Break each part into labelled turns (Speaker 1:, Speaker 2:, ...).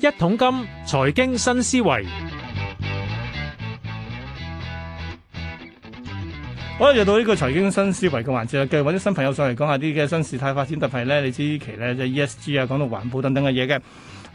Speaker 1: 一桶金財經新思維，
Speaker 2: 好啦，又到呢個財經新思維嘅環節啦，繼續揾啲新朋友上嚟講下啲嘅新事態發展，特別係咧，你知呢期咧即係 ESG 啊，講到環保等等嘅嘢嘅。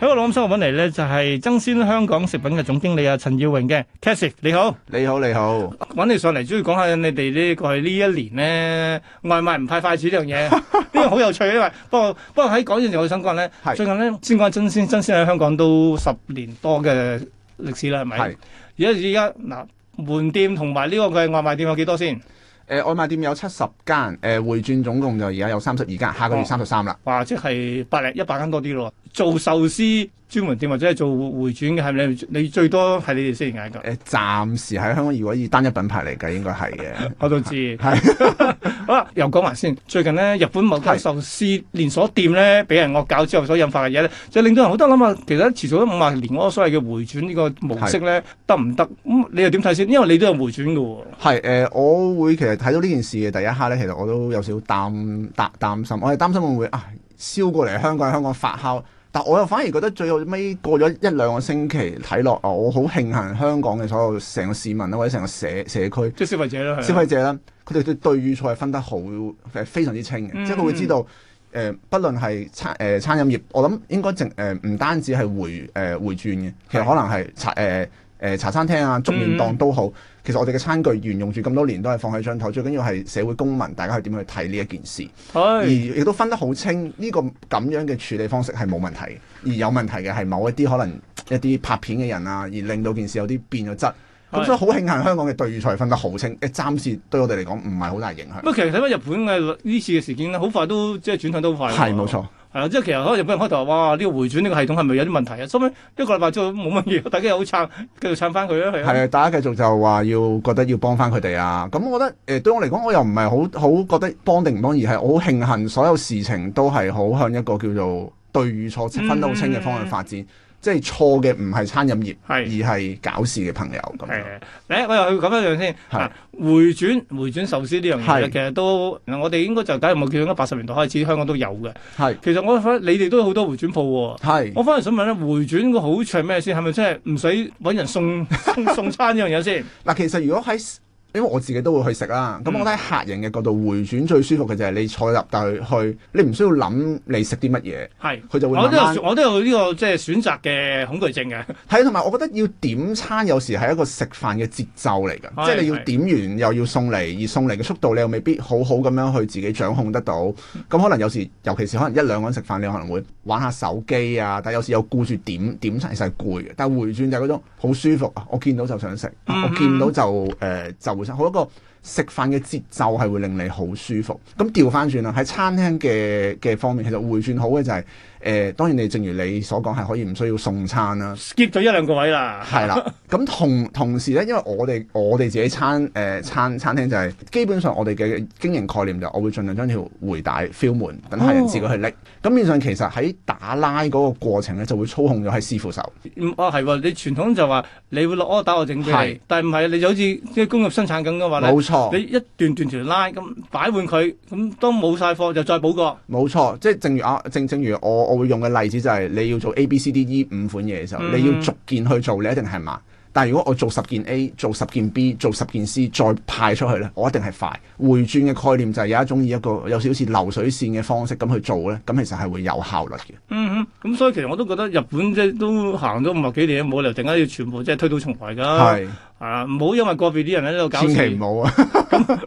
Speaker 2: 喺我錄音室我揾嚟咧就係爭鮮香港食品嘅總經理啊陳耀榮嘅 Cassie，你好，
Speaker 3: 你好，你好，
Speaker 2: 揾你上嚟主要講下你哋呢過去呢一年咧外賣唔派筷子呢樣 嘢，呢個好有趣，啊因為不過不過喺講嘅時候，我想講咧，
Speaker 3: 係
Speaker 2: 最近咧先講爭鮮，爭鮮喺香港都十年多嘅歷史啦，係咪？
Speaker 3: 係
Speaker 2: 而家而家嗱門店同埋呢個嘅外賣店有幾多先？
Speaker 3: 誒、外賣店有七十間，誒、回轉總共就而家有三十二間，下個
Speaker 2: 哦
Speaker 3: 月三十三啦。
Speaker 2: 哇！即係百零一百間多啲咯。做壽司專門店或者係做回轉嘅，係咪你你最多係你哋先揀
Speaker 3: 誒、
Speaker 2: 㗎？
Speaker 3: 暫時喺香港如果以單一品牌嚟計，應該係 嘅。
Speaker 2: 我都知。 好啦，又講埋先。最近咧，日本某間
Speaker 3: 係
Speaker 2: 壽司連鎖店咧，俾人惡搞之後所引發嘅嘢咧，就令到人好多諗啊下，其實遲早都五十年嗰個所謂嘅回轉呢個模式咧，得唔得？咁、你又點睇先？因為你都有回轉嘅喎。
Speaker 3: 係誒、我會其實睇到呢件事嘅第一刻咧，其實我都有少少擔擔擔心，我係擔心會唔會啊燒過嚟香港，香港發酵。但我又反而覺得最後尾過咗一兩個星期睇落，啊我好慶幸香港嘅所有成個市民啊啦，或者成個社社區。
Speaker 2: 即係消費者啦，係啊
Speaker 3: 消費者啦，佢哋對對與錯係分得好誒非常之清嘅，
Speaker 2: 嗯
Speaker 3: 即係佢會知道誒、呃不論係餐誒、呃餐飲業，我諗應該淨誒唔單止係回誒、回轉嘅，其實
Speaker 2: 係嗯
Speaker 3: 可能係茶誒誒、茶餐廳啊、粥麵檔都好。其實我哋嘅餐具沿用住咁多年都係放喺張台，最緊要係社會公民大家去點去睇呢一件事，而
Speaker 2: 係
Speaker 3: 亦都分得好清呢、個咁樣嘅處理方式係冇問題嘅，而有問題嘅係某一啲可能一啲拍片嘅人啊，而令到件事有啲變咗質。咁所以好慶幸香港嘅對與錯分得好清，誒暫時對我哋嚟講唔係好大影響。
Speaker 2: 不過其實睇翻日本嘅呢次嘅事件咧，好快都即係轉向都好快喎。
Speaker 3: 係冇錯，
Speaker 2: 係啊，即係其實可能日本人開頭話：哇，呢、個回轉呢個系統係咪有啲問題啊？收尾一個禮拜之後冇乜嘢， 大家又好撐，繼續撐翻佢啦，係啊。
Speaker 3: 係啊！大家繼續就話要覺得要幫翻佢哋啊。咁我覺得誒、對我嚟講，我又唔係好好覺得幫定唔幫，而係我好慶幸所有事情都係好向一個叫做對與錯分得好清嘅方向發展。即係錯嘅唔係餐飲業，而
Speaker 2: 嗯係
Speaker 3: 係搞事嘅朋友咁樣。
Speaker 2: 係，誒，我又去講一樣先，
Speaker 3: 啊係
Speaker 2: 嗱回轉回轉壽司呢樣嘢咧，
Speaker 3: 係
Speaker 2: 其實都嗱我哋應該就梗係冇叫應該八十年代開始香港都有嘅。
Speaker 3: 係
Speaker 2: 其實我反你哋都有好多回轉鋪喎。
Speaker 3: 係。
Speaker 2: 我反而想問咧，回轉個好處係咩先？係咪真係唔使揾人送 送送餐呢樣嘢先？
Speaker 3: 嗱，其實如果喺因為我自己都會去食啦，咁
Speaker 2: 嗯
Speaker 3: 我覺得喺客人嘅角度回轉最舒服嘅就係你坐入去，去你唔需要諗你食啲乜嘢，
Speaker 2: 係，
Speaker 3: 佢就會
Speaker 2: 我
Speaker 3: 慢
Speaker 2: 都
Speaker 3: 慢
Speaker 2: 有我都有呢個即係選擇嘅恐懼症嘅。
Speaker 3: 係，同埋我覺得要點餐有時係一個食飯嘅節奏嚟
Speaker 2: 係
Speaker 3: 㗎，即係你要
Speaker 2: 係
Speaker 3: 點完又要送嚟，而送嚟嘅速度你又未必好好咁樣去自己掌控得到，咁可能有時尤其是可能一兩個人食飯，你可能會玩下手機啊，但有時又顧住點點餐，其實係攰嘅，但係回轉就係嗰種好舒服啊，我見到就想食，
Speaker 2: 嗯
Speaker 3: 我見到就誒、呃就會想好一個。食飯嘅節奏係會令你好舒服。咁調翻轉啦，喺餐廳嘅嘅方面，其實回轉好嘅就係、誒、當然你正如你所講係可以唔需要送餐啦。
Speaker 2: skip 咗一兩個位啦。
Speaker 3: 係啦，咁同同時咧，因為我哋我哋自己餐誒、呃餐餐廳就係、基本上我哋嘅經營概念就係我會盡量將條回帶 fill 滿，等客人自己去拎。咁變相其實喺打拉嗰個過程咧，就會操控咗喺師傅手。
Speaker 2: 嗯哦，係喎，你傳統就話你會落 order 我整俾你
Speaker 3: 係，
Speaker 2: 但係唔係你就好似即係工業生產咁嘅話咧，
Speaker 3: 冇錯，
Speaker 2: 你一段段條拉咁擺換佢，咁當冇晒貨就再補過。
Speaker 3: 冇錯，即係正如啊，正正如我我會用嘅例子就係、你要做 A、B、C、D、E 五款嘢嘅時候，
Speaker 2: 嗯
Speaker 3: 你要逐件去做，你一定係慢。但係如果我做十件 A，做十件 B，做十件 C，再派出去咧，我一定係快。回轉嘅概念就係有一種以一個有少少似流水線嘅方式咁去做咧，咁其實係會有效率嘅。
Speaker 2: 嗯哼，咁所以其實我都覺得日本即係都行咗五十幾年，冇理由突然間要全部即係推倒重來㗎。
Speaker 3: 係、
Speaker 2: 啊，唔好因為個別啲人喺度搞
Speaker 3: 千祈
Speaker 2: 事，
Speaker 3: 唔好啊！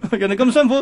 Speaker 2: 人哋咁辛苦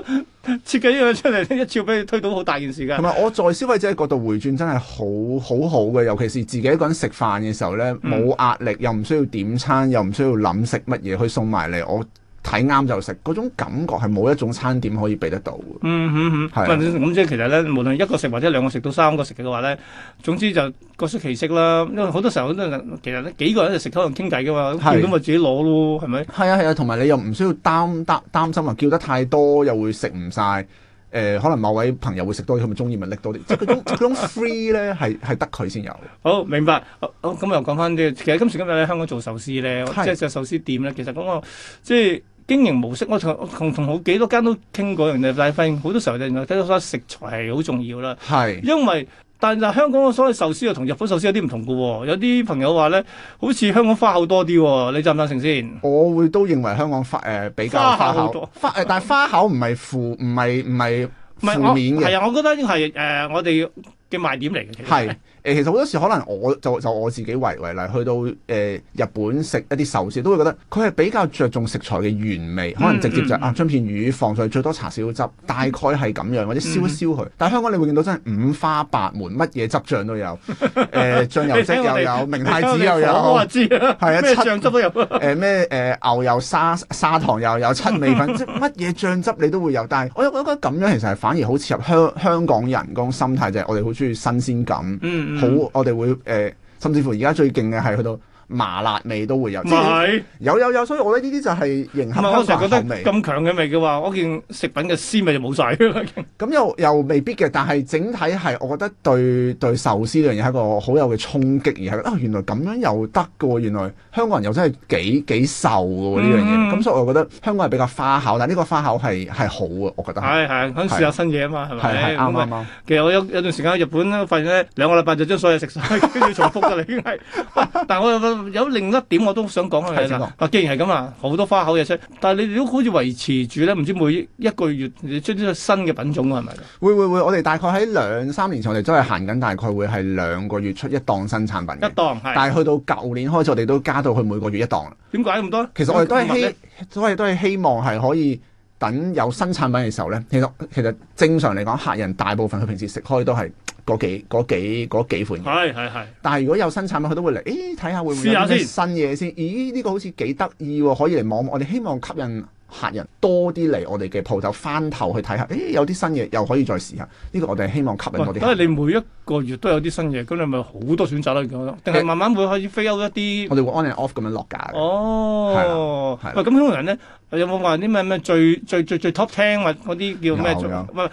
Speaker 2: 設計呢樣出嚟，一照俾你推倒好大件事㗎
Speaker 3: 同。埋我在消費者嘅角度回轉真係好好好嘅，尤其是自己一個人食飯嘅時候呢，
Speaker 2: 嗯
Speaker 3: 冇壓力，又唔需要點餐，又唔需要諗食乜嘢，佢送埋嚟，我睇啱就食，嗰種感覺係冇一種餐點可以俾得到嘅。
Speaker 2: 嗯嗯嗯，
Speaker 3: 係啊
Speaker 2: 喂咁即係其實咧，無論一個食或者兩個食到三個食嘅話咧，總之就各適其適啦。因為好多時候都其實咧幾個人就食可能傾偈噶嘛，
Speaker 3: 係
Speaker 2: 見到咪自己攞咯，係咪？
Speaker 3: 係啊係啊，同埋你又唔需要擔擔擔心話叫得太多又會食唔晒。誒、可能某位朋友會食多啲，佢咪中意咪拎多啲，即係嗰種嗰種 free 呢，係係得佢先有。
Speaker 2: 好明白。好好咁又講翻啲，其實今時今日咧，香港做壽司咧，即
Speaker 3: 係
Speaker 2: 係隻壽司店咧，其實嗰、個即係。經營模式，我同我同同好幾多間都傾過樣嘢，但係發現好多時候就原來睇到所有食材係好重要啦。
Speaker 3: 係
Speaker 2: 因為但係香港嘅所謂壽司又同日本壽司有啲唔同嘅喎，有啲朋友話咧，好似香港花口多啲喎，你贊唔贊成先？
Speaker 3: 我會都認為香港花誒、呃比較
Speaker 2: 花
Speaker 3: 花
Speaker 2: 巧
Speaker 3: 巧
Speaker 2: 多，
Speaker 3: 花誒、呃但係花巧唔係負唔係唔係
Speaker 2: 唔係
Speaker 3: 負面
Speaker 2: 我係
Speaker 3: 嘅，
Speaker 2: 啊，我覺得呢個係誒我哋嘅賣點嚟嘅。其實
Speaker 3: 係誒、呃其實好多時可能我就就我自己為為例，去到誒、呃日本食一啲壽司，都會覺得佢係比較着重食材嘅原味，可能直接就係
Speaker 2: 嗯
Speaker 3: 啊將片魚放上去，最多茶少汁，大概係咁樣，
Speaker 2: 嗯
Speaker 3: 或者燒一燒佢。但係香港你會見到真係五花八門，乜嘢汁醬 都有，誒、醬油汁
Speaker 2: 你睇我
Speaker 3: 又
Speaker 2: 哋
Speaker 3: 有，明太子又
Speaker 2: 我
Speaker 3: 有
Speaker 2: 話。知啊，
Speaker 3: 係啊
Speaker 2: 咩
Speaker 3: 七
Speaker 2: 醬汁都有啊。
Speaker 3: 誒咩誒牛油砂砂糖又有七味 粉，即係乜嘢醬汁你都會有。但係我又覺得咁樣其實係反而好切入香香港人嗰種心態，就係、我哋好中意新鮮感，
Speaker 2: 嗯，嗯
Speaker 3: 好我哋會誒、呃甚至乎而家最勁嘅係去到麻辣味都會有，
Speaker 2: 唔
Speaker 3: 即係
Speaker 2: 係。
Speaker 3: 有有有，所以我覺得呢啲就係迎
Speaker 2: 唔係，
Speaker 3: 合
Speaker 2: 我成
Speaker 3: 香
Speaker 2: 日覺
Speaker 3: 港
Speaker 2: 得
Speaker 3: 人口味。
Speaker 2: 咁強嘅味嘅話，我件食品嘅鮮味就冇晒 㗎啦。
Speaker 3: 咁又又未必嘅，但係整體係我覺得對對壽司呢樣嘢係一個好有嘅衝擊，而係啊原來咁樣又得嘅喎，原來香港人又真係幾幾瘦嘅喎呢樣
Speaker 2: 嗯
Speaker 3: 嘢，咁所以我覺得香港係比較花巧，但係呢個花巧係係好嘅，我覺得係
Speaker 2: 係係，肯試下新嘢啊嘛，係
Speaker 3: 係
Speaker 2: 咪？咁
Speaker 3: 係啱
Speaker 2: 啊
Speaker 3: 啱啱。
Speaker 2: 其實我有有段時間喺日本咧，發現咧兩個禮拜就將所有嘢食晒， 跟住重複㗎啦，已經 係。哇但係我有有另一點我都想講嘅
Speaker 3: 係請
Speaker 2: 嗱
Speaker 3: 講，
Speaker 2: 啊既然係咁啊，好多花口嘢出，但係你哋都好似維持住咧，唔知每一個月你出啲新嘅品種係咪？
Speaker 3: 會會會，我哋大概喺兩三年前，我哋真係行緊大概會係兩個月出一檔新產品
Speaker 2: 一
Speaker 3: 嘅，
Speaker 2: 檔係
Speaker 3: 但係去到舊年開始，我哋都加到去每個月一檔啦。
Speaker 2: 點解咁多？
Speaker 3: 其實我哋都係
Speaker 2: 咁密啊
Speaker 3: 希
Speaker 2: 咧，
Speaker 3: 所以都係希望係可以等有新產品嘅時候咧，其實其實正常嚟講，客人大部分佢平時食開都係嗰幾嗰幾嗰幾款嘢，
Speaker 2: 係係係。
Speaker 3: 但係如果有新產品，佢都會嚟，誒睇下會唔會
Speaker 2: 試
Speaker 3: 有
Speaker 2: 下
Speaker 3: 啲咩
Speaker 2: 先
Speaker 3: 新嘢先？咦，呢、個好似幾得意喎，可以嚟望望。我哋希望吸引客人多啲嚟我哋嘅鋪頭翻頭去睇下，誒有啲新嘢又可以再試下。呢、個我哋希望吸引
Speaker 2: 喂
Speaker 3: 多啲
Speaker 2: 因為
Speaker 3: 客人。
Speaker 2: 你每一個月都有啲新嘢，咁你咪好多選擇咯，咁樣定係慢慢會開始飛歐一啲
Speaker 3: 我哋會 on and off 咁樣落架嘅。
Speaker 2: 哦，
Speaker 3: 係啦係
Speaker 2: 喂，
Speaker 3: 啦
Speaker 2: 咁通常咧有冇話啲咩咩最最最最 top ten 或嗰啲叫咩
Speaker 3: 有
Speaker 2: 最？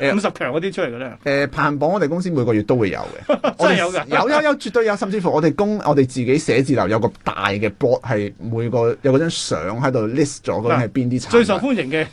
Speaker 3: 有
Speaker 2: 唔五十強嗰啲出嚟嘅咧？
Speaker 3: 誒、排行榜呃我哋公司每個月都會有嘅， 我
Speaker 2: 真係
Speaker 3: 哋
Speaker 2: 有㗎
Speaker 3: 有有有絕對有，甚至乎我哋公我哋自己寫字樓有個大嘅 board 係每個有嗰張相喺度 list 咗嗰啲係邊啲產品，
Speaker 2: 最受歡迎嘅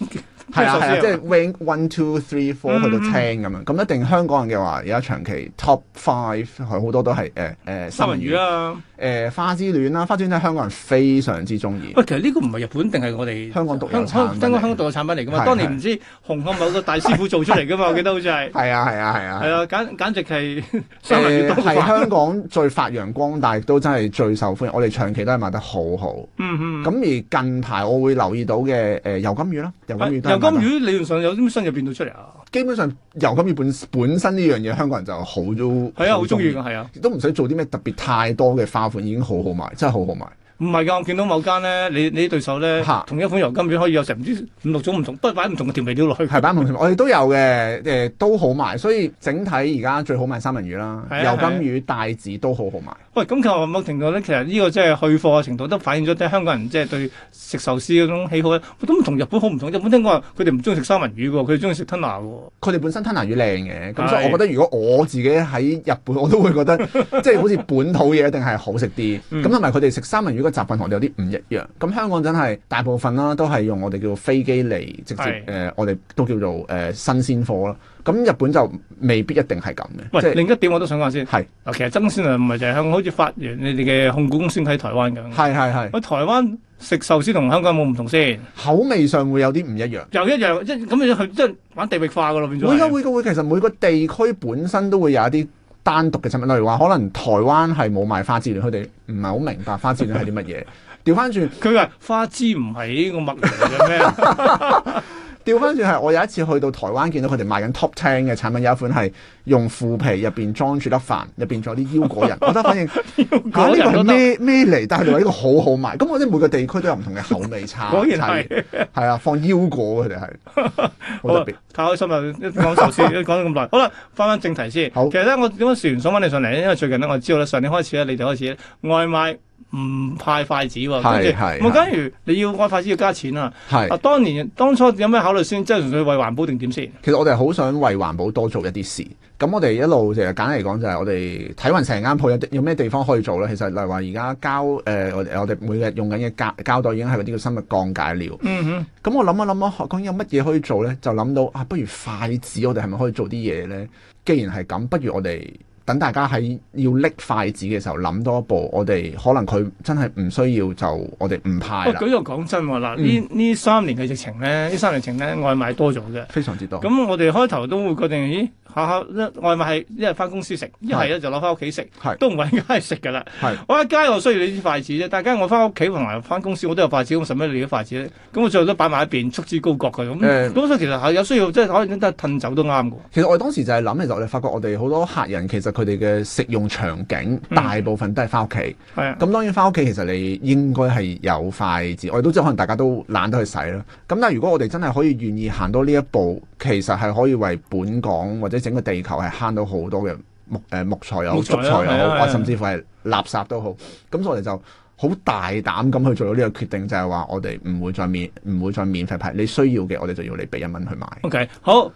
Speaker 3: 係啊係
Speaker 2: 最受
Speaker 3: 啊，
Speaker 2: 歡迎嗯
Speaker 3: 即係 rank one two three four 去到 ten 咁樣，咁一定香港人嘅話，而家長期 top five 係好多都係呃誒誒
Speaker 2: 三文魚啊
Speaker 3: 啦，
Speaker 2: 啦。
Speaker 3: 誒、呃花之戀啦，花之戀係香港人非常之中意，
Speaker 2: 喂，其實呢個唔係日本定係我哋
Speaker 3: 香港獨有
Speaker 2: 香
Speaker 3: 產
Speaker 2: 香香
Speaker 3: 品
Speaker 2: 港
Speaker 3: 嚟
Speaker 2: 香港獨有產品嚟㗎嘛？
Speaker 3: 係
Speaker 2: 當年
Speaker 3: 係
Speaker 2: 唔知紅磡某個大師傅做出嚟㗎嘛？我記得好似係
Speaker 3: 係啊係啊係啊
Speaker 2: 係。啊，簡簡直係三文魚
Speaker 3: 誒
Speaker 2: 多
Speaker 3: 係啊
Speaker 2: 飯。
Speaker 3: 香港最發揚光大，亦都真係最受歡迎。我哋長期都係賣得好好。
Speaker 2: 嗯嗯。
Speaker 3: 咁而近排我會留意到嘅誒油金魚啦，油金
Speaker 2: 喂
Speaker 3: 魚
Speaker 2: 啊油金
Speaker 3: 都係慢慢
Speaker 2: 魚理論上有啲咩新嘢變到出嚟啊？
Speaker 3: 基本上油金魚本本身呢樣嘢香港人就好都
Speaker 2: 係啊，好中意㗎，係啊。
Speaker 3: 都唔使做啲咩特別太多嘅花款，已經好好賣，真係好好賣。
Speaker 2: 唔係㗎，我見到某間咧，你你啲對手咧
Speaker 3: 嚇，
Speaker 2: 同一款油金魚可以有成唔知五六種唔同，不過擺唔同嘅調味料落去。
Speaker 3: 係版同我哋都有嘅，誒、都好賣，所以整體而家最好賣三文魚啦，
Speaker 2: 係啊
Speaker 3: 油金魚、帶子都好好賣。
Speaker 2: 喂，咁其實某程度咧，其實呢個即係去貨嘅程度都反映咗即係香港人即係對食壽司嗰種喜好咧，都唔同日本好唔同。日本聽講話佢哋唔中意食三文魚嘅喎，佢哋中意食吞拿喎。
Speaker 3: 佢哋本身吞拿魚靚嘅，咁所
Speaker 2: 係
Speaker 3: 以我覺得如果我自己喺日本， 我都會覺 得即係好似本土嘢一定係好食啲。
Speaker 2: 嗯
Speaker 3: 咁同埋佢哋食三文魚嘅習慣同我哋有啲唔一樣。咁香港真係大部分啦，都係用我哋叫飛機嚟直接
Speaker 2: 係
Speaker 3: 誒、呃我哋都叫做誒、呃新鮮貨啦。咁日本就未必一定係咁嘅，即
Speaker 2: 喂，
Speaker 3: 係
Speaker 2: 另一點我都想講先。
Speaker 3: 係
Speaker 2: 嗱，其實爭鮮啊，唔係就係香港，好似發源你哋嘅控股公司喺台灣咁。
Speaker 3: 係係係
Speaker 2: 喂，台灣食壽司同香港有冇唔同先？
Speaker 3: 口味上會有啲唔一樣。
Speaker 2: 又一樣，一咁你去即係玩地域化㗎咯，變咗係。
Speaker 3: 會啊嘅會嘅會，其實每個地區本身都會有一啲單獨嘅產品，例如話可能台灣係冇賣花之戀，佢哋唔係好明白花之戀係啲乜嘢。調翻轉。
Speaker 2: 佢話花枝唔係呢個墨嚟嘅咩？
Speaker 3: 調翻轉係，我有一次去到台灣，見到佢哋賣緊 Top Ten 嘅產品，有一款係用腐皮入邊裝住粒飯，入邊仲有啲腰 果仁。我覺得反應嚇呢個
Speaker 2: 果仁都得
Speaker 3: 係咩咩嚟？但係你話呢個好好賣，咁我覺得每個地區都有唔同嘅口味差。
Speaker 2: 果然
Speaker 3: 差異係啊，放腰果佢哋係 好特別。
Speaker 2: 太開心啦！啊一講壽 司，一講咗咁耐，好啦，翻翻正題先。
Speaker 3: 好
Speaker 2: 其實咧，我點解事完想揾你上嚟咧？因為最近咧，我知道咧，上年開始咧，你哋開始外賣唔派筷子喎。
Speaker 3: 係
Speaker 2: 跟住
Speaker 3: 係
Speaker 2: 咁
Speaker 3: 係
Speaker 2: 假如你要外筷子要加錢啊！啊，
Speaker 3: 係，
Speaker 2: 當年當初有咩考慮先？即係純粹為環保定點先？
Speaker 3: 其實我哋好想為環保多做一啲事。咁我哋一路其實簡單嚟講就係我哋睇勻成間鋪有啲有咩地方可以做咧。其實例如話而家膠誒、呃我哋我哋每日用緊嘅膠膠袋已經係嗰啲叫生物降解料。
Speaker 2: 嗯哼，
Speaker 3: 咁我諗一諗啊，究竟有乜嘢可以做咧？就諗到啊，不如筷子，我哋係咪可以做啲嘢咧？既然係咁，不如我哋等大家喺要拎筷子嘅時候諗多一步，我哋可能佢真係唔需要就我哋唔
Speaker 2: 不過
Speaker 3: 派啦，嗯
Speaker 2: 舉個講真喎，嗱呢呢三年嘅疫情咧，呢三年疫情咧外賣多咗嘅。
Speaker 3: 非常之多。
Speaker 2: 咁我哋開頭都會決定，咦下下一外賣係一係翻公司食，一係咧就攞翻屋企食
Speaker 3: 係，
Speaker 2: 都唔揾街食㗎啦
Speaker 3: 係。
Speaker 2: 我喺街我需要你啲筷子啫，但係街我翻屋企同埋翻公司我都有筷子，咁使乜你啲筷子咧？咁我最後都擺埋一邊，束之高閣嘅咁。
Speaker 3: 誒
Speaker 2: 咁所以其實係有需要，即係可能真係褪走都啱嘅。
Speaker 3: 其實我哋當時就係諗，其實我哋發覺我哋好多客人其實佢哋嘅食用場景
Speaker 2: 嗯
Speaker 3: 大部分都係翻屋企。
Speaker 2: 係啊，
Speaker 3: 咁當然翻屋企其實你應該係有筷子，我哋都知可能大家都懶得去洗啦。咁但係如果我哋真係可以願意行多呢一步，其實係可以為本港或者整個地球係慳到好多嘅木誒、呃木材又好、
Speaker 2: 木材
Speaker 3: 竹
Speaker 2: 啊
Speaker 3: 材
Speaker 2: 係
Speaker 3: 又
Speaker 2: 啊
Speaker 3: 好，
Speaker 2: 係
Speaker 3: 或
Speaker 2: 啊
Speaker 3: 甚至乎係垃圾都好。咁所以我哋就好大膽咁去做到呢個決定，就係話我哋唔會再免唔會再免費派，你需要嘅我哋就要你俾一蚊去買。
Speaker 2: OK，好。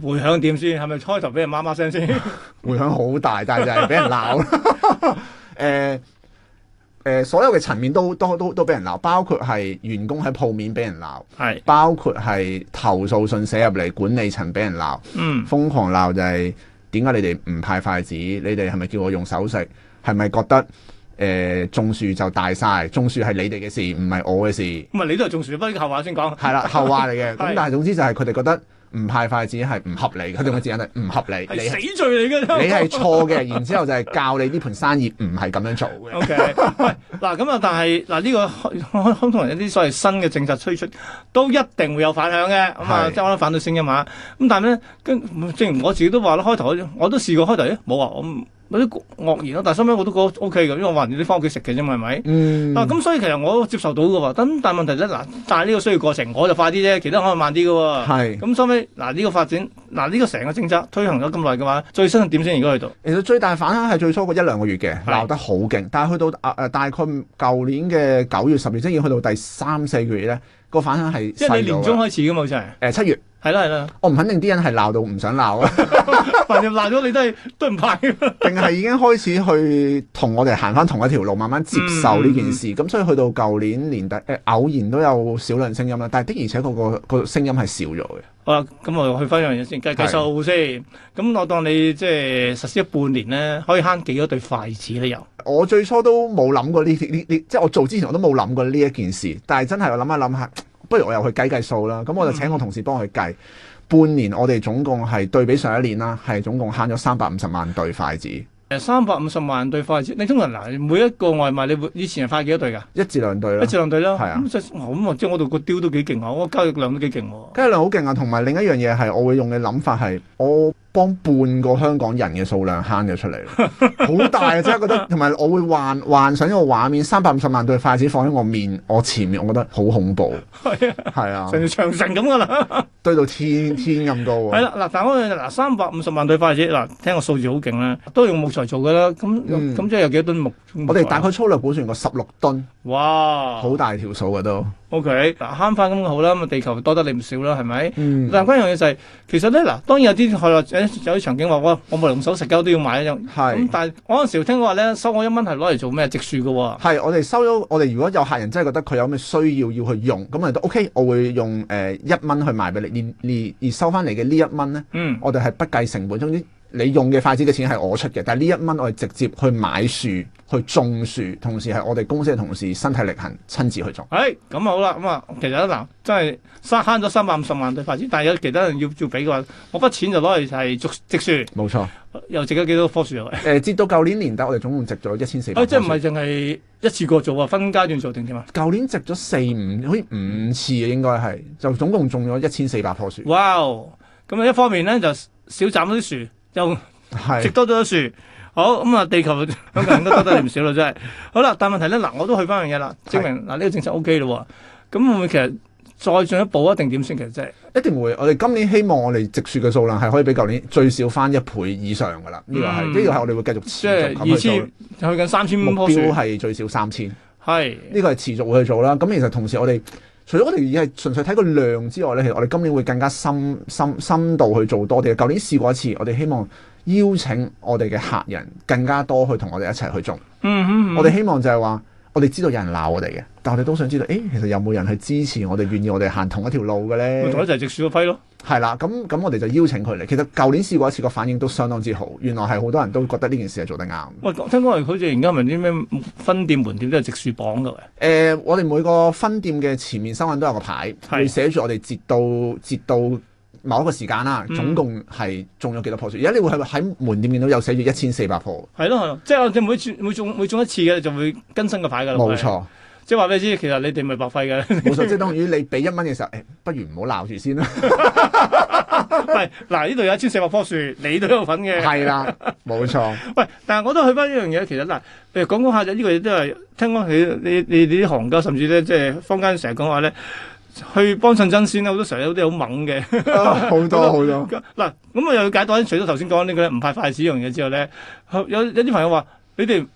Speaker 2: 回響點先？係咪開頭俾人媽媽聲 先？
Speaker 3: 回響好大，但係就係俾人鬧啦。誒誒、 所有嘅層面都都都都俾人鬧，包括係員工喺鋪面俾人鬧，
Speaker 2: 係，
Speaker 3: 包括係投訴信寫入嚟管理層俾人鬧，
Speaker 2: 嗯，
Speaker 3: 瘋狂鬧就係點解你哋唔派筷子？你哋係咪叫我用手食？係咪覺得誒、種樹就大晒？種樹係你哋嘅事，唔係我嘅事。
Speaker 2: 咁啊，你都係中暑，不過呢個後話先講。
Speaker 3: 係啦，後話嚟嘅。咁
Speaker 2: 係
Speaker 3: 但係總之就係佢哋覺得唔派筷子係唔合理，佢哋嘅字眼係唔合理。
Speaker 2: 係
Speaker 3: 你係
Speaker 2: 死罪嚟嘅。
Speaker 3: 你係錯嘅，然之後就係教你呢盤生意唔係咁樣做嘅。
Speaker 2: O K，喂，嗱咁啊，但係嗱呢個開 開通常有啲所謂新嘅政策推出，都一定會有反響嘅，咁啊
Speaker 3: 係
Speaker 2: 即係我都反對聲音嘛。咁但係咧，跟正如我自己都話啦，開頭我我都試過開頭，咦冇啊，我唔有啲愕然咯，但係收尾我都覺得 O K 嘅，因為我話人哋翻屋企食嘅啫嘛，係咪？
Speaker 3: 嗯
Speaker 2: 啊，咁所以其實我都接受到嘅喎，咁但係問題咧，嗱，但係呢個需要過程，我就快啲啫，其他可能慢啲嘅喎。
Speaker 3: 係。
Speaker 2: 咁收尾嗱呢個發展，嗱呢個成個政策推行咗咁耐嘅話，最新係點先？而家去到
Speaker 3: 其實最大反響係最初嗰一兩個月
Speaker 2: 係
Speaker 3: 嘅鬧得好勁，但係去到啊誒大概舊年嘅九月、十月，即係已經去到第三四個月咧，個反響係啊
Speaker 2: 即係你年中
Speaker 3: 誒
Speaker 2: 開始嘅嘛，好似係。
Speaker 3: 七月，
Speaker 2: 係啦係啦。
Speaker 3: 我唔肯定啲人係鬧到唔想鬧啊，
Speaker 2: 凡係鬧咗你都係都唔派㗎
Speaker 3: 定係已經開始去同我哋行翻同一條路，慢慢接受呢件
Speaker 2: 嗯
Speaker 3: 事。咁、所以去到舊年年底，誒、偶然都有少量聲音啦，但係的而且確個個聲音係少咗嘅。
Speaker 2: 好啦，咁我去翻一樣嘢先，計計數先。咁我當你即係實施咗半年咧，可以慳幾多對筷子咧？又
Speaker 3: 我最初都冇諗過呢啲呢呢，即係我做之前我都冇諗過呢一件事。但係真係我諗下諗下，不如我又去計計數啦。咁
Speaker 2: 嗯
Speaker 3: 我就請我同事幫我去計。半年我哋總共係對比上一年啦，係總共慳咗三百五十萬對筷子，一
Speaker 2: 誒三百五十萬對筷子，你通常嗱每一個外賣，你會以前係派幾多對㗎？
Speaker 3: 至兩對
Speaker 2: 一
Speaker 3: 啦。
Speaker 2: 至兩對啦。
Speaker 3: 係啊
Speaker 2: 咁即係哇咁啊，即係我度個雕都幾勁喎，我交易量都幾勁喎。
Speaker 3: 跟住量好勁啊！同埋另一樣嘢係，我會用嘅諗法係，我幫半個香港人嘅數量慳咗出嚟 啦，好大啊！真係覺得，同埋我會幻幻想一個畫面，三百五十萬對筷子放喺我面我前面，我覺得好恐怖，
Speaker 2: 係啊，
Speaker 3: 係啊
Speaker 2: 成，條長城咁㗎啦。
Speaker 3: 堆 到天天咁高啊！
Speaker 2: 係啦，嗱，但我哋嗱三百五十萬對筷子，嗱聽個數字好勁啦，都係用木材做㗎啦。咁
Speaker 3: 嗯
Speaker 2: 咁即係有幾多噸木？
Speaker 3: 我哋大
Speaker 2: 概
Speaker 3: 概粗略估算個十六噸，
Speaker 2: 哇，
Speaker 3: 好大條數嘅都。
Speaker 2: O K，嗱慳翻咁好啦，咁啊地球多得你唔少啦，係咪？
Speaker 3: 嗯
Speaker 2: 但關鍵嘢就係、其實咧嗱，當然有啲可能有啲場景話，哇，我冇用手食嘅都要買咁。咁
Speaker 3: 係
Speaker 2: 但係我嗰陣時聽講話咧，收我一蚊係攞嚟做咩植樹嘅喎。
Speaker 3: 係，我哋收咗。我哋如果有客人真係覺得佢有咩需要要去用，咁我哋都 OK，我會用誒一蚊去賣俾你，而而而收翻嚟嘅呢一蚊咧，
Speaker 2: 嗯，
Speaker 3: 我哋係不計成本。總之你用嘅筷子嘅錢係我出嘅，但係呢一蚊我哋直接去買樹、去種樹，同時係我哋公司嘅同事身體力行親自去
Speaker 2: 誒
Speaker 3: 種。
Speaker 2: 哎咁好啦，咁啊其實呢嗱真係慳慳咗三百五十萬對筷子，但係有其他人要要俾嘅話，我筆錢就攞嚟係植植樹，
Speaker 3: 冇錯，
Speaker 2: 又植咗幾多棵樹啊？哎
Speaker 3: 誒、截至到舊年年底，我哋總共植咗一千四百。
Speaker 2: 誒，即係唔係淨係一次過做啊？分階段做定點啊？
Speaker 3: 舊年植咗四五，好似五次嘅應該係，就總共種咗一千四百棵樹。
Speaker 2: 哇！咁啊一方面咧就少斬咗啲樹，又。
Speaker 3: 係
Speaker 2: 食多咗一樹。好咁啊，地球香港人都多得你唔少啦，真係。好啦，但問題咧，嗱，我都去翻樣嘢啦，
Speaker 3: 係
Speaker 2: 證明嗱呢個政策 O K 咯喎。咁會唔會其實再進一步一定點先？其實真係
Speaker 3: 一定會，我哋今年希望我哋植樹嘅數量係可以比舊年最少翻一倍以上㗎啦。呢個係
Speaker 2: 嗯
Speaker 3: 呢個係我哋會繼續
Speaker 2: 即
Speaker 3: 持續
Speaker 2: 係
Speaker 3: 咁
Speaker 2: 二
Speaker 3: 去做
Speaker 2: 千。去緊三千
Speaker 3: 目
Speaker 2: 棵
Speaker 3: 標
Speaker 2: 樹，
Speaker 3: 係最少三千，呢
Speaker 2: 係
Speaker 3: 個係持續會去做啦。咁其實同時我哋除咗我哋而係純粹睇個量之外咧，其實我哋今年會更加深深深度去做多啲。舊年試過一次，我哋希望邀請我哋嘅客人更加多去同我哋一齊去種。
Speaker 2: 嗯嗯，嗯
Speaker 3: 我哋希望就係話，我哋知道有人鬧我哋嘅，但我哋都想知道，誒、其實有冇人去支持我哋，願意我哋行同一條路嘅
Speaker 2: 咪同
Speaker 3: 咧？
Speaker 2: 一就係直選嗰批咯。
Speaker 3: 係啦，咁咁我哋就邀請佢嚟。其實舊年試過一次，個反應都相當之好。原來係好多人都覺得呢件事係做得啱。誒、
Speaker 2: 喂，講聽講係好似而家咪啲咩分店門店都係直樹榜嘅，
Speaker 3: 我哋每個分店嘅前面收銀都有個牌，
Speaker 2: 係
Speaker 3: 會寫住我哋截到截到某一個時間啦，
Speaker 2: 嗯
Speaker 3: 總共係種咗幾多棵樹。而家你會喺喺門店見到有寫住一千四百棵，
Speaker 2: 係咯係咯，即係你每轉每種每種一次嘅你就會更新個牌㗎啦。
Speaker 3: 冇，錯。
Speaker 2: 即係話俾你知，其實你哋咪白費嘅。
Speaker 3: 冇錯，即係等於你俾一蚊嘅時候，誒、不如唔好鬧住先啦。
Speaker 2: 喂，嗱呢度有一千四百棵樹，你都有份嘅。
Speaker 3: 係啦，冇錯，
Speaker 2: 喂，但係我都去翻一樣嘢，其實嗱，譬如講講下就呢個嘢都係聽講佢你你你啲行家，甚至咧即係坊間成日講話咧，去幫襯真鮮咧，好多時候有啲好猛嘅。
Speaker 3: 啊好多好多。
Speaker 2: 嗱，咁我又要解到除咗頭先講呢個唔派筷子呢樣嘢之後咧，有有啲朋友話你哋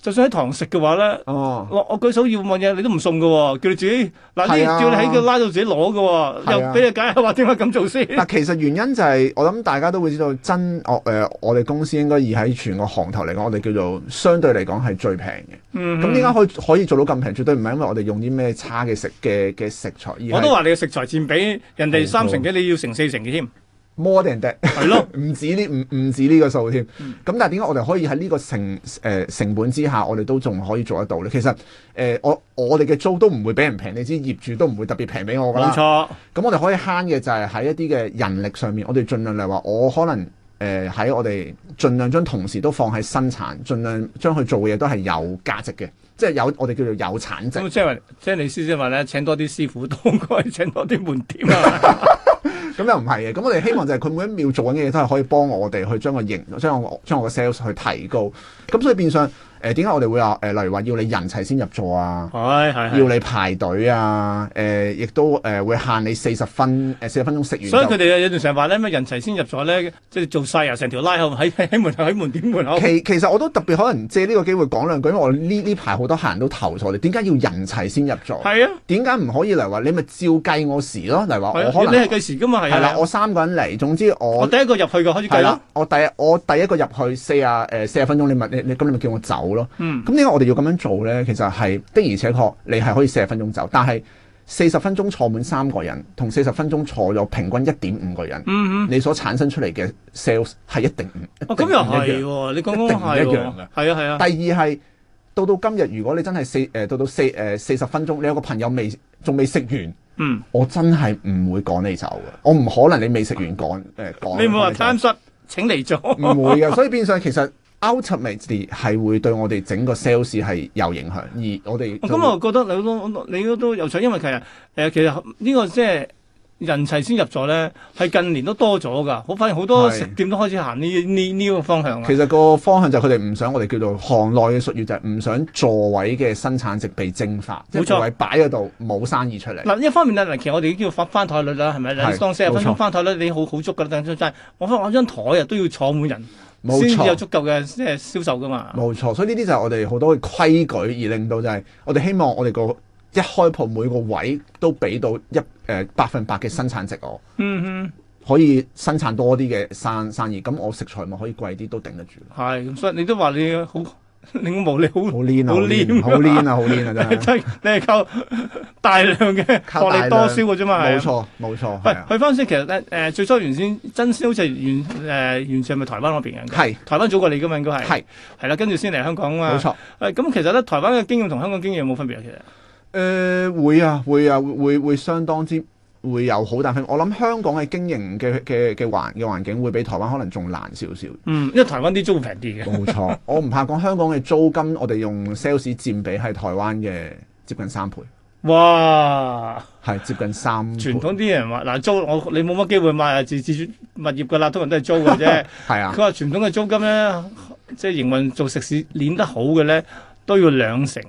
Speaker 2: 就算喺堂食嘅話咧。
Speaker 3: 哦，
Speaker 2: 我我舉手要問嘢，你都唔送嘅喎，叫你自己嗱呢
Speaker 3: 係啊
Speaker 2: 叫你喺個拉到自己攞嘅喎，
Speaker 3: 係啊
Speaker 2: 又俾你解下話點解咁啊做先？
Speaker 3: 嗱，其實原因就係、我諗大家都會知道真哦我誒、我哋公司應該而喺全個行頭嚟講，我哋叫做相對嚟講係最平嘅。
Speaker 2: 嗯
Speaker 3: 咁點解可以可以做到咁平？絕對唔係因為我哋用啲咩差嘅食嘅嘅食材，而
Speaker 2: 我都
Speaker 3: 係
Speaker 2: 話你嘅食材佔比人哋三成幾，你要成四 成嘅添，
Speaker 3: more than that。
Speaker 2: 係咯。
Speaker 3: 唔止呢唔唔止呢個數添，咁、
Speaker 2: 嗯
Speaker 3: 但係點解我哋可以喺呢個成誒、呃成本之下，我哋都仲可以做得到咧？其實誒、呃我我哋嘅租都唔會俾人平，你知業主都唔會特別平俾我㗎
Speaker 2: 冇
Speaker 3: 啦。
Speaker 2: 錯，
Speaker 3: 咁我哋可以慳嘅就係喺一啲嘅人力上面，我哋盡量嚟話，我可能誒喺、我哋盡量將同事都放喺生產，盡量將佢做嘅嘢都係有價值嘅，即係有我哋叫做有產值
Speaker 2: 咁。即係話即係你師姐話咧，請多啲師傅多過 請多啲門店啊！
Speaker 3: 咁又唔係嘅，咁我哋希望就係佢每一秒做緊嘅嘢都係可以幫我哋去將個營、將我將我嘅 sales 去提高。咁所以變相誒點解我哋會話誒、例如話要你人齊先入座 啊，
Speaker 2: 係係
Speaker 3: 要
Speaker 2: 係。
Speaker 3: 你排隊啊，誒、亦都誒、會限你四十分誒四十分鐘食完就。
Speaker 2: 所以佢哋有段成日話咧，咩人齊先入座咧，即係做晒啊，成條拉後喺 喺喺門口喺門店門口。
Speaker 3: 其其實我都特別可能借呢個機會講兩句，因為我呢呢排好多客人都投訴我哋，點解要人齊先入座？
Speaker 2: 係啊，
Speaker 3: 點解唔可以例如話你咪照計我時咯？例如話
Speaker 2: 係
Speaker 3: 我
Speaker 2: 啊，
Speaker 3: 可
Speaker 2: 你係
Speaker 3: 能
Speaker 2: 計時㗎嘛，係
Speaker 3: 係啦，
Speaker 2: 啊。
Speaker 3: 我三個人嚟，總之
Speaker 2: 我
Speaker 3: 我
Speaker 2: 第一個入去嘅開始計啊
Speaker 3: 係啦
Speaker 2: 啦。，
Speaker 3: 我第我第一個入去四啊誒四十分鐘，你咪你你咁你咪叫我走咯。
Speaker 2: 嗯
Speaker 3: 咁點解我哋要咁樣做咧？其實係的而且確，你係可以四十分鐘走，但係四十分鐘坐滿三個人，同四十分鐘坐咗平均一點五個人，
Speaker 2: 嗯嗯。
Speaker 3: 你所產生出嚟嘅 sales 係一定唔
Speaker 2: 哦，咁又
Speaker 3: 一
Speaker 2: 係
Speaker 3: 定唔
Speaker 2: 喎，你講
Speaker 3: 一
Speaker 2: 講
Speaker 3: 定唔
Speaker 2: 係
Speaker 3: 一
Speaker 2: 喎
Speaker 3: 樣嘅。
Speaker 2: 係啊係啊。
Speaker 3: 第二係到到今日，如果你真係四誒、到到四誒四十分鐘，你有個朋友未仲未食完，
Speaker 2: 嗯，
Speaker 3: 我真係唔會趕你走嘅，我唔可能你未食完趕誒趕。
Speaker 2: 你唔會話 time
Speaker 3: 趕
Speaker 2: s 請嚟咗。
Speaker 3: 你走唔會嘅，所以變相其實 ultimately 係會對我哋整個 sales 係有影響，而我哋
Speaker 2: 我哦咁我覺得你都你都都有趣，因為其實誒、呃其實呢個即係人齊先入座咧，係近年都多咗㗎。好反而好多
Speaker 3: 係
Speaker 2: 食店都開始行呢呢呢個方向啊
Speaker 3: 其。實個方向就係佢哋唔想我哋叫做行內嘅術語，就係唔想座位嘅生產值被蒸發，即
Speaker 2: 冇
Speaker 3: 係
Speaker 2: 錯
Speaker 3: 座位擺喺度冇生意出嚟。
Speaker 2: 嗱，一方面咧，嗱，其實我哋叫翻翻台率啦，係咪？
Speaker 3: 係
Speaker 2: 你當四十分
Speaker 3: 冇
Speaker 2: 鐘
Speaker 3: 錯
Speaker 2: 翻台率，你好好足㗎啦。但係我翻我張台啊都要坐滿人，
Speaker 3: 冇
Speaker 2: 先至有
Speaker 3: 錯。
Speaker 2: 足夠嘅即係銷售㗎嘛。
Speaker 3: 冇錯，所以呢啲就係我哋好多嘅規矩，而令到就係我哋希望我哋個一開鋪每個位都俾到一誒、呃百分百嘅生產值我，
Speaker 2: 嗯
Speaker 3: 可以生產多啲嘅生生意，咁我食材咪可以貴啲都頂得住。
Speaker 2: 哼，係咁，所以你都話你好， 你個無理好。
Speaker 3: 好黏啊！
Speaker 2: 好
Speaker 3: 好黏，
Speaker 2: 黏
Speaker 3: 好黏啊！好黏啊！真
Speaker 2: 真係
Speaker 3: 係
Speaker 2: 你係靠大量嘅
Speaker 3: 靠
Speaker 2: 薄
Speaker 3: 大
Speaker 2: 利
Speaker 3: 量
Speaker 2: 多銷嘅啫嘛，係啊
Speaker 3: 冇錯冇錯，
Speaker 2: 喂
Speaker 3: 係，啊，
Speaker 2: 去翻先，其實咧，誒、最初原先真先好似係原誒、原先係咪台灣嗰邊嘅？
Speaker 3: 係
Speaker 2: 台灣早過你噶嘛，應該係
Speaker 3: 係
Speaker 2: 係啦，跟住先嚟香港啊。
Speaker 3: 冇。錯。
Speaker 2: 誒咁、其實咧，台灣嘅經驗同香港經驗有冇分別啊？其實
Speaker 3: 誒、會啊，會啊，會會會相當之會有好大分別。我諗香港嘅經營嘅嘅嘅環嘅環境會比台灣可能仲難少少。
Speaker 2: 嗯，因為台灣啲租會平啲嘅。
Speaker 3: 冇 錯，我唔怕講香港嘅租金，我哋用 sales 佔比係台灣嘅接近三倍，
Speaker 2: 哇！
Speaker 3: 係接近三倍
Speaker 2: 傳，統啲人
Speaker 3: 嗯
Speaker 2: 話嗱租我你冇乜機會買自自住物業㗎啦，通常都係租嘅啫。
Speaker 3: 係
Speaker 2: 佢
Speaker 3: 啊，
Speaker 2: 話傳統嘅租金咧，即係營運做食肆攣得好嘅咧，都要兩成，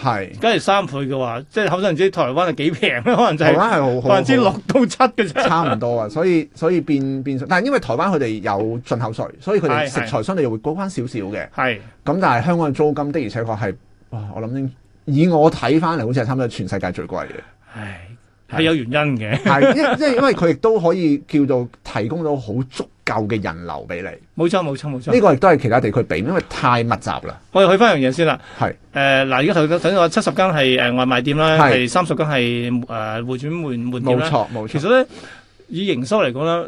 Speaker 3: 係
Speaker 2: 梗係三倍嘅話，即係可想而知台灣係幾平咧，可 能就
Speaker 3: 台
Speaker 2: 係
Speaker 3: 灣係好好
Speaker 2: 百分之六到七嘅啫。
Speaker 3: 差唔多啊，所以所以變變相，但係因為台灣佢哋有進口税，所以佢哋
Speaker 2: 係係
Speaker 3: 食材相對又會高翻少少嘅。
Speaker 2: 係。
Speaker 3: 咁但係香港嘅租金的而且確係，哇！我諗應以我睇翻嚟，好似係差唔多全世界最貴嘅。
Speaker 2: 唉，係有原因嘅，
Speaker 3: 係，因 因因為佢亦都可以叫做提供到好足夠嘅人 流俾你，
Speaker 2: 冇錯冇錯冇錯。
Speaker 3: 呢個亦都係其他地區比，因為太密集啦。
Speaker 2: 我哋去翻樣嘢先啦。
Speaker 3: 係
Speaker 2: 誒嗱，而家頭頭先話七十間係誒外賣店啦，
Speaker 3: 係
Speaker 2: 係三十間係誒回轉門門店
Speaker 3: 冇
Speaker 2: 啦。
Speaker 3: 錯冇
Speaker 2: 其
Speaker 3: 錯，
Speaker 2: 實咧，以營收嚟講啦，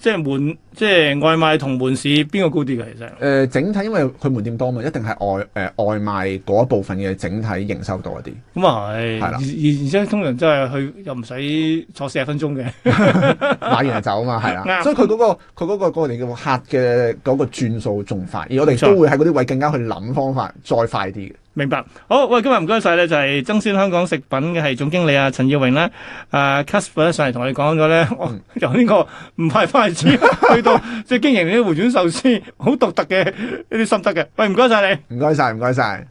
Speaker 2: 即係門即係外賣同門市邊個高啲嘅？其實
Speaker 3: 誒、呃整體因為佢門店多嘛，一定係外誒、呃外賣嗰一部分嘅整體營收多一 啲。
Speaker 2: 咁啊係，
Speaker 3: 係
Speaker 2: 而
Speaker 3: 啦
Speaker 2: 而而且通常真係去又唔使坐四十分鐘嘅。
Speaker 3: 買完就走啊嘛，係啦，
Speaker 2: 啱
Speaker 3: 所以佢嗰、個佢嗰、個嗰個我哋嘅客嘅嗰個轉數仲快，而我
Speaker 2: 冇
Speaker 3: 哋
Speaker 2: 錯
Speaker 3: 都會喺嗰啲位更加去諗方法，再快啲嘅。
Speaker 2: 明白。好，喂，今日唔該晒咧，就係爭鮮香港食品嘅係總經理啊陳耀榮啦，啊 Casper 咧上嚟同我哋講咗咧，我由呢個唔派筷子去到即係經營呢啲回轉壽司，好獨特嘅一啲心得嘅。喂，唔該晒你。
Speaker 3: 唔該晒，唔該晒。